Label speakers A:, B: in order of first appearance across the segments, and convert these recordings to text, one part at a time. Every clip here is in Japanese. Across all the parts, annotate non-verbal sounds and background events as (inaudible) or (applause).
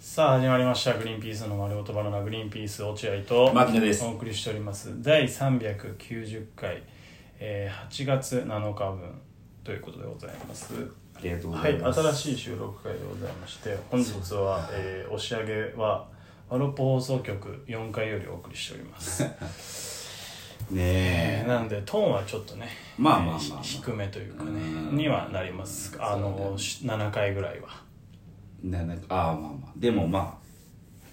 A: さあ始まりました「グリーンピースの丸ごとバナナ」グリーンピース落合と
B: 牧野です
A: お送りしております第390回、えー8月7日分ということでございます
B: ありがとうご
A: は
B: ざい
A: い
B: ます。
A: 新しい収録会でございまして本日は、えー、押し上げはワロップ放送局4回よりお送りしております
B: ねえ。
A: なんでトーンはちょっとね
B: まあまあまあ
A: えー
B: まあ
A: ひ低めというかね
B: うん
A: にはなりますあ
B: そう
A: の、
B: ね
A: し7回ぐらいは
B: ななんかああまあまあでもまあ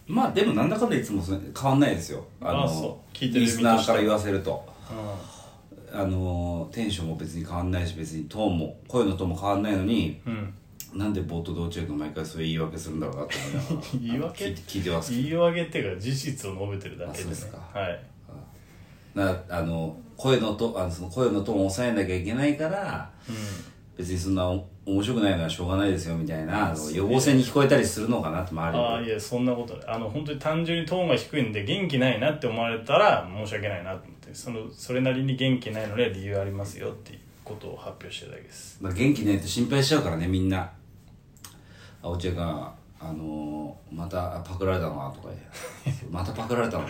B: まあでもなんだかんだいつもそれ変わんないですよ。
A: あそう聞いてる
B: リスナーから言わせると。
A: う
B: あのテンションも別に変わんないし別にトーンも声のトーンも変わんないのに
A: んうん
B: なんで冒頭道中君毎回そういう言い訳するんだろうなって思いながら
A: (laughs) 言い訳
B: あの聞いて聞いてます
A: 言い訳っていうか事実を述べてるだけで,、ね、
B: あそうですか
A: はい
B: なあの声のとあのその声のトーンを抑えなきゃいけないから別にそんなお面白くないのはしょうがないですよみたいなあの予防線に聞こえたりするのかなって周り
A: ああ
B: に
A: いやそんなことないあの本当に単純にトーンが低いんで元気ないなって思われたら申し訳ないなと思ってそのそれなりに元気ないので理由ありますよっていうことを発表してるだけです
B: まあ元気ないと心配しちゃうからねみんな「あ落合君あのーまたパクられたのか」とか言
A: (laughs)
B: うまたパクられたのか」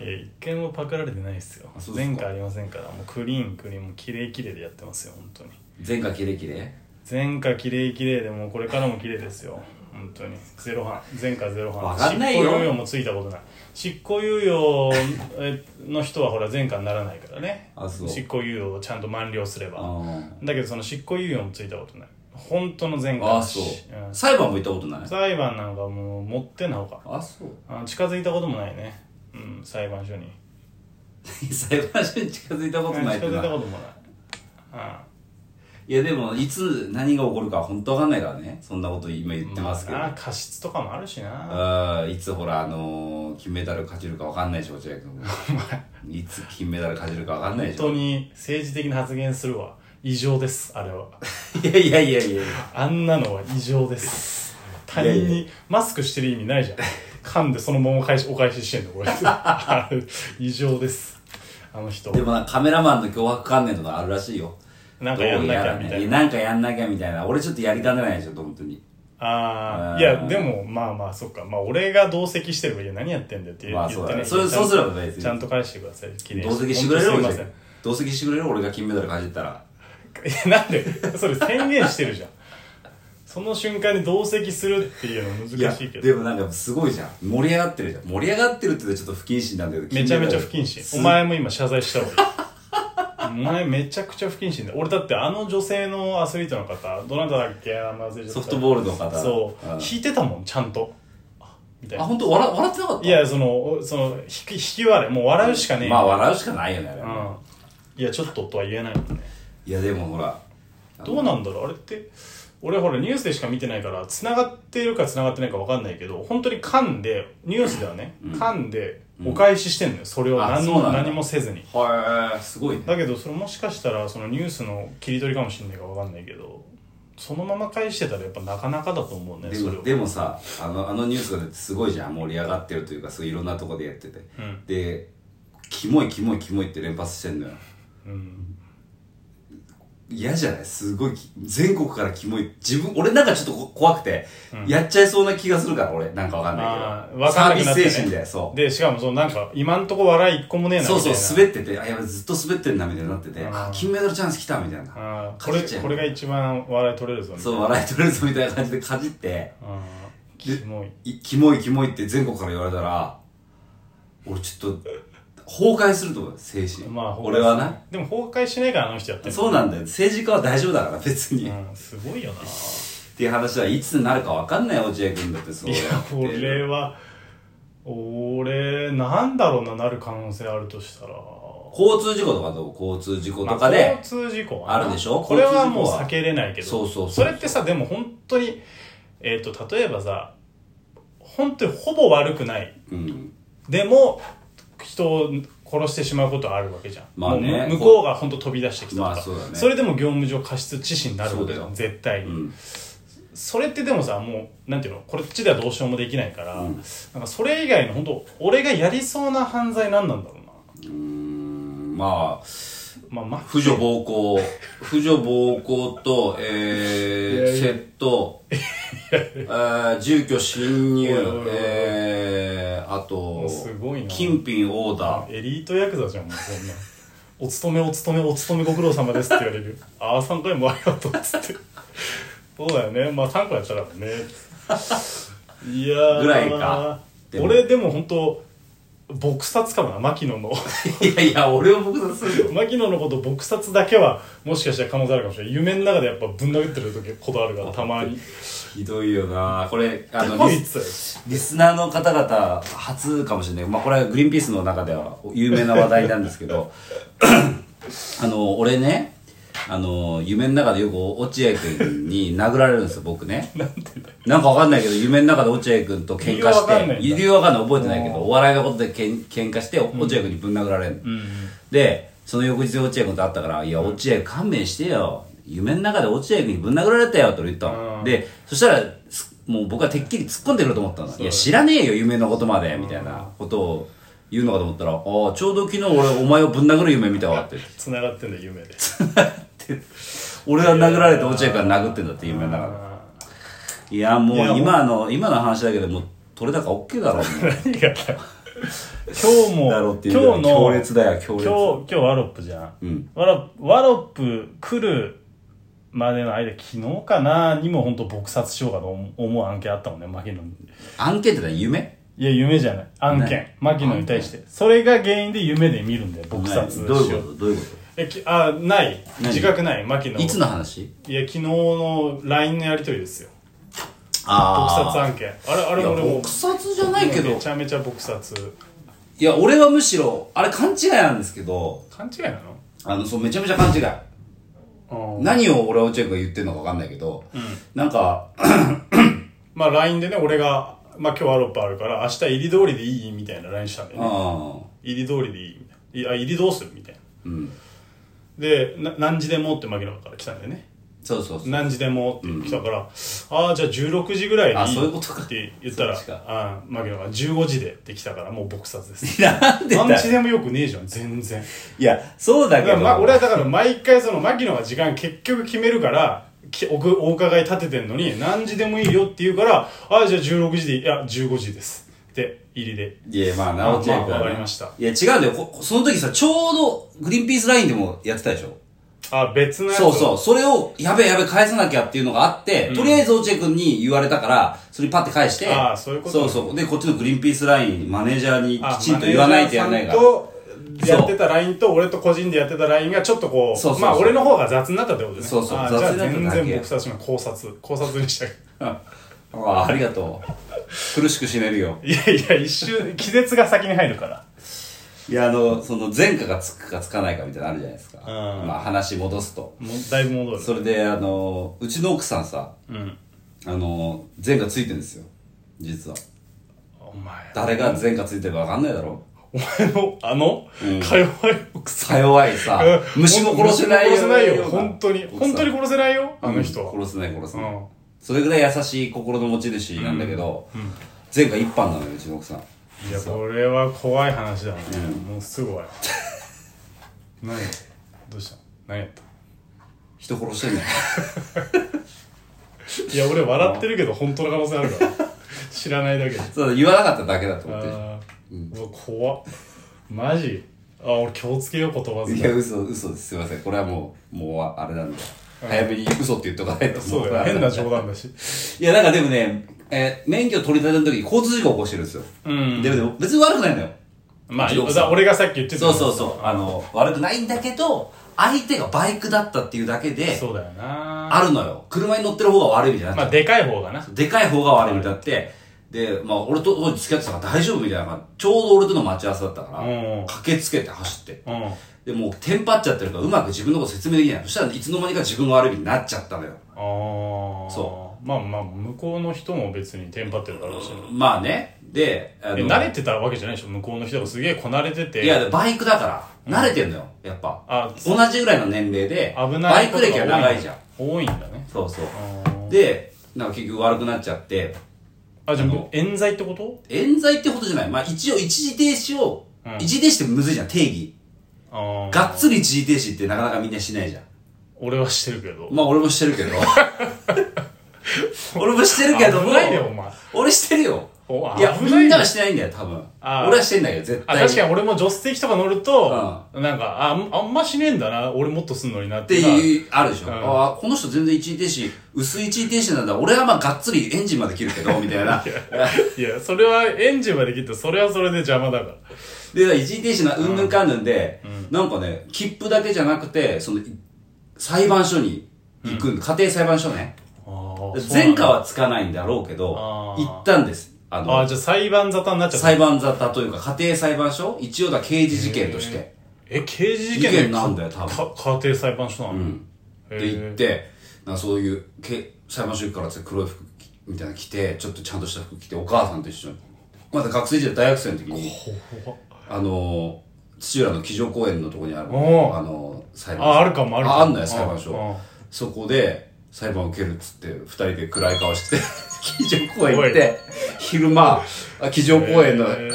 A: いや一回もパクられてないですよ
B: あそうですか
A: 前回ありませんからもうクリーンクリーンもうキレイキレイでやってますよ本当に
B: 前回キレキレ
A: 前回キレイキレイでもうこれからもキレイですよ本当にゼロ班前回ゼロ班
B: わかんないよ
A: 執行猶予もついたことない執行猶予えの人はほら前科にならないからね
B: あそう
A: 執行猶予をちゃんと満了すれ
B: あ
A: ば
B: ー
A: だけどその執行猶予もついたことない本当の前科
B: あー
A: だし
B: そう
A: うん
B: 裁判も行ったことない
A: 裁判なんかもう持ってんなほか
B: あそう
A: あ近づいたこともないねうん裁判所に
B: (laughs) 裁判所に近づいたことない
A: 近
B: って
A: づい
B: な
A: たこともないあ
B: いやでもいつ何が起こるか本当わかんないからねそんなこと今言ってますけど、
A: あ過失とかもあるしな
B: あーいつほらあのー金メダル勝てるかわかんないでしょ落
A: (laughs)
B: 合君もいつ金メダル勝てるかわかんないで
A: 本
B: しょ
A: 当に政治的な発言するわ異常ですあれはい
B: やいやいやいや
A: あんなのは異常です他人
B: いやい
A: にマスクしてる意味ないじゃん噛んでそのままお返しお返ししてんのこれ (laughs) あれ異常ですあの人
B: でもなんかカメラマンの脅迫観念とかあるらしいよ
A: なんかやんなきゃみたいな
B: なんかやんなきゃみたいな俺ちょっとやりかねないでしょ本当に
A: あ
B: あ
A: あ
B: ー
A: いやでもまあまあそっかまあ俺が同席してればいや何やってんだよって言
B: まあ
A: って
B: そうだ
A: ね
B: ねそれそうすれば別に
A: ちゃんと返してください綺麗に
B: 同席してくれる
A: 本当
B: 俺
A: すいま
B: 同席してくれる俺が金メダル勝てたら
A: せんいやなんでそれ宣言してるじゃんその瞬間に同席するっていうの難しいけど
B: でもなんかすごいじゃん盛り上がってるじゃん盛り上がってるって言うとちょっと不謹慎なんだけど
A: めちゃめちゃ不
B: 金メ
A: 謹
B: ダルす
A: 慎お前も今謝罪したわお前めちゃくちゃ不謹慎だ俺だってあの女性のアスリートの方どなただっけあの忘れちゃった
B: ソフトボールの方
A: そう
B: うん
A: 引いてたもんちゃんとあみたい
B: あ
A: な
B: 本当笑笑ってなかった
A: いやそのおその引き引き笑いもう笑うしかねえ
B: まあ笑うしかないよねあれ
A: うんいやちょっととは言えないもんね
B: いやでもほら
A: どうなんだろうあれって俺ほらニュースでしか見てないから繋がってるか繋がってないか分かんないけど本当に噛んでニュースではね、噛んでお返ししてんのよそれを
B: あ
A: 何
B: そう
A: も
B: なんだ
A: 何もせずに
B: はいすごいね
A: だけどそれもしかしたらそのニュースの切り取りかもしれないか分かんないけどそのまま返してたらやっぱなかなかだと思うね
B: で
A: それ
B: も
A: を
B: でもさあのあのニュースが出てすごいじゃん盛り上がってるというかそういろんなとこでやってて、
A: ん
B: でキモいキモいキモいって連発してんのよ
A: うん
B: 嫌じゃないすごいき全国からキモい自分俺なんかちょっとこ怖くて、やっちゃいそうな気がするから俺なんかわかんない
A: あ
B: け
A: ー
B: ど
A: 分
B: サ
A: か
B: ー
A: んなく
B: ビ
A: な
B: ス
A: ってね
B: 精神でそう
A: でしかもそのなんか今んとこ笑い一個もねえなみた
B: そ
A: いうな
B: そう滑っててあやばいずっと滑ってんなみたいになってて
A: うん
B: あ金メダルチャンス来たみたいな
A: あーこ
B: 勝
A: れ
B: っちゃう
A: これが一番笑い取れるぞみたい
B: そう笑い取れるぞみたいな感じでかじって
A: なあーキモい
B: いキモいキモいって全国から言われたら俺ちょっと崩壊すると思う精神、
A: まあ
B: 俺はな
A: でも崩壊しないからあの人や
B: (laughs)
A: ってる
B: そうなんだよ政治家は大丈夫だから別に、っ
A: うんすごいよな
B: ていう話はいつになるか分かんないよ落合君だってそう
A: いや俺
B: は
A: は俺なんだろうななる可能性あるとしたら
B: 交通事故とかどう交通事故
A: まあ
B: とかで、
A: 交通事故はな
B: あるでしょ
A: これはもう
B: 交通事故は
A: 避けれないけど
B: そうそうそう
A: れってさでも本当にえっ、と例えばさ本当にほぼ悪くない
B: うん
A: でも人を殺してしまうことはあるわけじゃん、
B: まあね
A: もう向こうが本当飛び出してきたとか、
B: まあそうだね
A: れでも業務上過失致死になるわけじゃ
B: そ
A: ん
B: う
A: 絶対
B: う
A: に、
B: ん、
A: それってでもさもうなんていうのこっちではどうしようもできないから、
B: うん
A: なんかそれ以外の本当俺がやりそうな犯罪なんなんだろうな
B: うーんまあ
A: まあまあ
B: 婦女
A: (laughs)
B: 暴行婦女暴行とえー、窃盗、えーー住居侵入
A: おいおいおいおい、
B: えー、あと
A: すごいな
B: 金品オーダー
A: エリートヤクザじゃんもうそんなお勤めお勤めお勤めご苦労様ですって言われる (laughs) ああ3回もありがとうっつってそうだよねまあ3回やったらねいやー
B: ぐらいかでも
A: 俺でも本当撲殺かもな牧野の (laughs)
B: いやいや俺を僕殺するよ
A: 牧野のこと撲殺だけはもしかしたら可能性あるかもしれない夢の中でやっぱぶん殴ってる時ことあるからたまに
B: ひどいよなこれあの
A: こ
B: リ
A: い
B: ス
A: つ
B: リスナーの方々初かもしれないまあこれはグリーンピースの中では有名な話題なんですけど (clears throat) あの俺ねあの夢の中でよく落合君に殴られるんですよ僕ね
A: なんてだよ
B: なんかわかんないけど、夢の中で落合君と喧
A: 理由
B: 嘩し
A: わかんな
B: て
A: い、んだ
B: 理由わかんない、覚えてないけど、お笑いのことでけん喧嘩して、落合君にぶん殴られる、で、その翌日落合君と会ったから、いや、落合勘弁してよ。夢の中で落合君にぶん殴られたよ、と俺言ったの。
A: うん
B: で、そしたら、すもう僕はてっきり突っ込んでくると思ったの。いや、知らねえよ、夢のことまで、みたいなことを言うのかと思ったら、ああ、ちょうど昨日俺、お前をぶん殴る夢見たわ
A: (laughs)
B: って。
A: 繋がってんだ夢で
B: 俺は殴られて落合君が殴ってんだって、夢の中で。いや、もう
A: いやもう
B: 今の、今の話だけでもう、取れ高 OK だろ、もう。
A: (laughs) 何がだよ今日も
B: だろうっていうぐらい
A: 今日の
B: 強烈だよ強
A: 今
B: 烈
A: 日今日ワロップじゃん、
B: うん
A: ワロワロップ来るまでの間昨日かなにも本当撲殺しようかと思う思う案件あったもんね牧野に
B: アンケートだよ夢
A: いや夢じゃない案件、
B: ね
A: 牧野に対してそれが原因で夢で見るんだよ (laughs) 撲殺しよ
B: な
A: う
B: いどういうことどういうこ
A: えきあない
B: 何
A: 自覚ない牧野
B: といつの話
A: いや昨日の LINE のやり取りですよ撲
B: あ
A: 殺案件あれあれ
B: いや
A: 俺も
B: 撲殺じゃないけど
A: めちゃめちゃ撲殺
B: いや俺はむしろあれ勘違いなんですけど
A: 勘違いなの
B: あのそうめちゃめちゃ勘違い
A: うん
B: 何を俺は落合君が言ってるのか分かんないけど、なんか
A: まあ LINE でね、俺が、まあ今日アロッパあるから、明日入り通りでいいみたいな LINE したんだよね。
B: あ
A: 入り通りでいいみたいな。いや、入りどうするみたいな。
B: ーうん
A: で、な何時でもってマキノから来たんだよね。
B: そうそうそう
A: 何時でもって来たから、ああ、じゃあ16時ぐらいに。
B: あそういうことか
A: って言ったら
B: そっちか、
A: あーマキノが15時でって来たから、もう撲殺です。
B: なんでだ
A: 何時
B: よ
A: でもよくねえじゃん、全然。
B: (laughs) いやそうだ
A: だ
B: け
A: か
B: ど
A: ら、ま、俺はだから毎回その牧野が時間結局決めるからきおくお伺い立ててんのに何時でもいいよって言うから「あじゃあ16時でいいいや15時です」で入りで
B: いやまあな落合君はね
A: まあわかりました
B: いや違うんだよこその時さちょうどグリーンピースラインでもやってたでしょ
A: あ別のやつ
B: そうそう、それを、やべえやべえ返さなきゃっていうのがあって、とりあえず落合君に言われたから、それパッて返して、
A: あーそういうこと
B: そうそう。で、こっちのグリーンピースライン、マネージャーにきちんと言わないとやんないから。
A: とやってた LINE と俺と個人でやってた LINE がちょっとこう
B: そうそうそう
A: まあ俺の方が雑になったってことね
B: そうそう
A: あじゃあ
B: 雑になっただ
A: 全
B: け
A: 然僕たちの考察考察にしたけど
B: ああ、ありがとう。苦しく死ねるよ。
A: いやいや一瞬気絶が先に入るから
B: いや、あの、その前科がつくかつかないかみたいなのあるじゃないですか。
A: ん
B: まあ話戻すと。
A: もうだいぶ戻る
B: それで、あの、うちの奥さんさ、
A: うん
B: あの、前科ついてるんですよ。実は。
A: お前
B: 誰が前科ついてるかわかんないだろ。
A: お前のあの、
B: うん
A: か弱い奥さん
B: か弱いさ、虫も殺せないよ。
A: 虫も殺せないよ。本当に。
B: 奥さん
A: 本当に殺せないよ。あの人は。
B: うん殺せない殺せない、
A: うん
B: それぐらい優しい心の持ち主なんだけど、前回一班なのようちの奥さん
A: いや、これは怖い話だね。もうすぐ終わる。何どうした何やった
B: 人殺してんのよ (laughs)
A: いや、俺笑ってるけど、本当の可能性ある
B: (laughs)
A: から。知らないだけで。
B: そう言わなかっただけだと思ってる
A: あーうわ、怖っ。マジあ、俺気をつけよう、言葉
B: いや
A: 遣い。
B: 嘘嘘ですすいませんこれはもうもうああれなんで早めに嘘って言っとかないと
A: そう
B: も
A: だよ。変な
B: あれ
A: 冗
B: んで
A: 談だし。
B: いやなんかでもね、えー免許取り立ての時に交通事故起こしてるんですよ、
A: うん
B: でもでも別に悪くないのよ
A: まあ、
B: 一応
A: だ俺がさっき言ってた
B: そうそうそうあの悪くないんだけど相手がバイクだったっていうだけで
A: そうだよな。
B: あるのよ車に乗ってる方が悪いみたいになっちゃう
A: まあ、でかい方がな。
B: でかい方が悪いみたいになって、で、まあ、俺と当時付き合ってたから大丈夫みたいな、ちょうど俺との待ち合わせだったから、
A: うん
B: 駆けつけて走って。
A: うん。
B: で、もうテンパっちゃってるから、うまく自分のこと説明できない。そしたらいつの間にか自分が悪いになっちゃったのよ。
A: ああ
B: そう
A: まあまあ向こうの人も別にテンパってるだろうし、
B: まあね。で、あ
A: え慣れてたわけじゃないでしょ向こうの人がすげえこなれてて
B: いや、でバイクだから、慣れてんのよ、やっぱ。
A: あ
B: 同じぐらいの年齢で、
A: 危
B: バ
A: な
B: イ
A: いこ
B: ク
A: とが
B: 歴は長いじゃん。
A: 多いんだね
B: そうそう。
A: あ
B: で、なんか結局悪くなっちゃって、
A: ーあじゃ
B: あ
A: あ
B: の
A: 冤罪ってこと
B: 冤罪ってことじゃない。まあ一応一時停止を、
A: うん
B: 一時停止ってむずいじゃん、定義。
A: あ
B: が
A: あ
B: っつり一時停止ってなかなかみんなしないじゃん。
A: 俺はしてるけど (laughs)
B: まあ俺もしてるけど。俺もしてるるけども
A: 危ないねお前
B: 俺してるよ
A: お
B: いや
A: 危
B: み
A: ないね
B: んなはしてないんだよ多分
A: あー
B: 俺はしてんだけど絶
A: あ
B: 対
A: 確かに俺も助手席とか乗ると、なんかああんましねえんだな俺もっとすんのになっ
B: って
A: い
B: て
A: うのは
B: いう、あるでしょ。
A: うん
B: ああ、この人全然一位停止、薄い一位停止なんだ。俺はまあ、がっつりエンジンまで切る
A: (laughs)
B: けど、みたいな。
A: いやそれはエンジンまで切ってそれはそれで邪魔だから
B: で、一位停止な、うんぬんかんぬんで、なんかね、切符だけじゃなくて、その、裁判所に行く、家庭裁判所ね。前科はつかないんだろうけど、
A: あー
B: 行ったんです。あ
A: あ
B: の
A: あ、じゃあ裁判沙汰になっちゃった
B: (laughs) 裁判沙汰というか、家庭裁判所一応だ、刑事事件として。
A: え刑事事
B: 事
A: 件
B: 件なんだよ多分
A: か家庭裁判所なの、うん、
B: で行って、なんかそういう、け裁判所行くからっつって黒い服着みたいなの着て、ちょっとちゃんとした服着て、お母さんと一緒に。まだ学生時代、大学生の時に、あのー、土浦の木城公園のとこにある、あ
A: おう
B: のー、裁判所。
A: ああるかもあるかも
B: あ、んのよ、裁判
A: うんうん
B: 所。そこで、裁判を受けるっつって、二人で暗い顔して、 (laughs) 木城公園行っ
A: お
B: て、昼間、あ木城公園の
A: え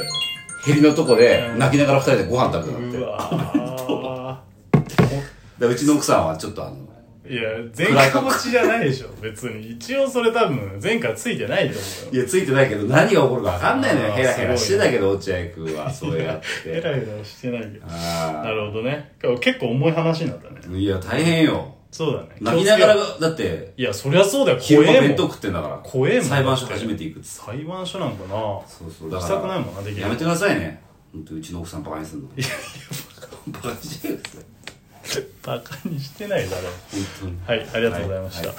B: へりのとこで、泣きながら二人でご飯食べたんだ
A: ー
B: って。
A: うわ
B: (laughs) でうちの奥さんはちょっとあの、
A: ーいや前科持ちじゃないでしょ別に一応それ多分前科ついてないと思うよ
B: いや、ついてないけど、何が起こるか分かんないのよ。
A: あー
B: ヘラヘラし
A: すご
B: て
A: い
B: たけど、落合君は、そうやっ
A: (laughs) ヘ
B: て。
A: ラヘラしてないけど
B: あ
A: なるほどね結構重い話になったね
B: ーいや、大変よ。
A: そうだね
B: 泣きながら
A: 気をつけよ、
B: だって、
A: ういやそりゃそうだよ
B: 昼
A: 怖
B: 間
A: え
B: 弁
A: も
B: 当
A: ん
B: 食ってんだから。
A: 怖えもん
B: 裁判所初めて行くっつっ
A: 裁判所なんかな
B: て。そうそう。だ
A: 行
B: か
A: き
B: ら、
A: たくないもんなできる
B: やめてくださいね。ほんと、うちの奥さんバカにすんの。バカにしてるっすよ
A: (laughs) バカにしてないだろ
B: ほんとに。
A: はいありがとうございました、
B: は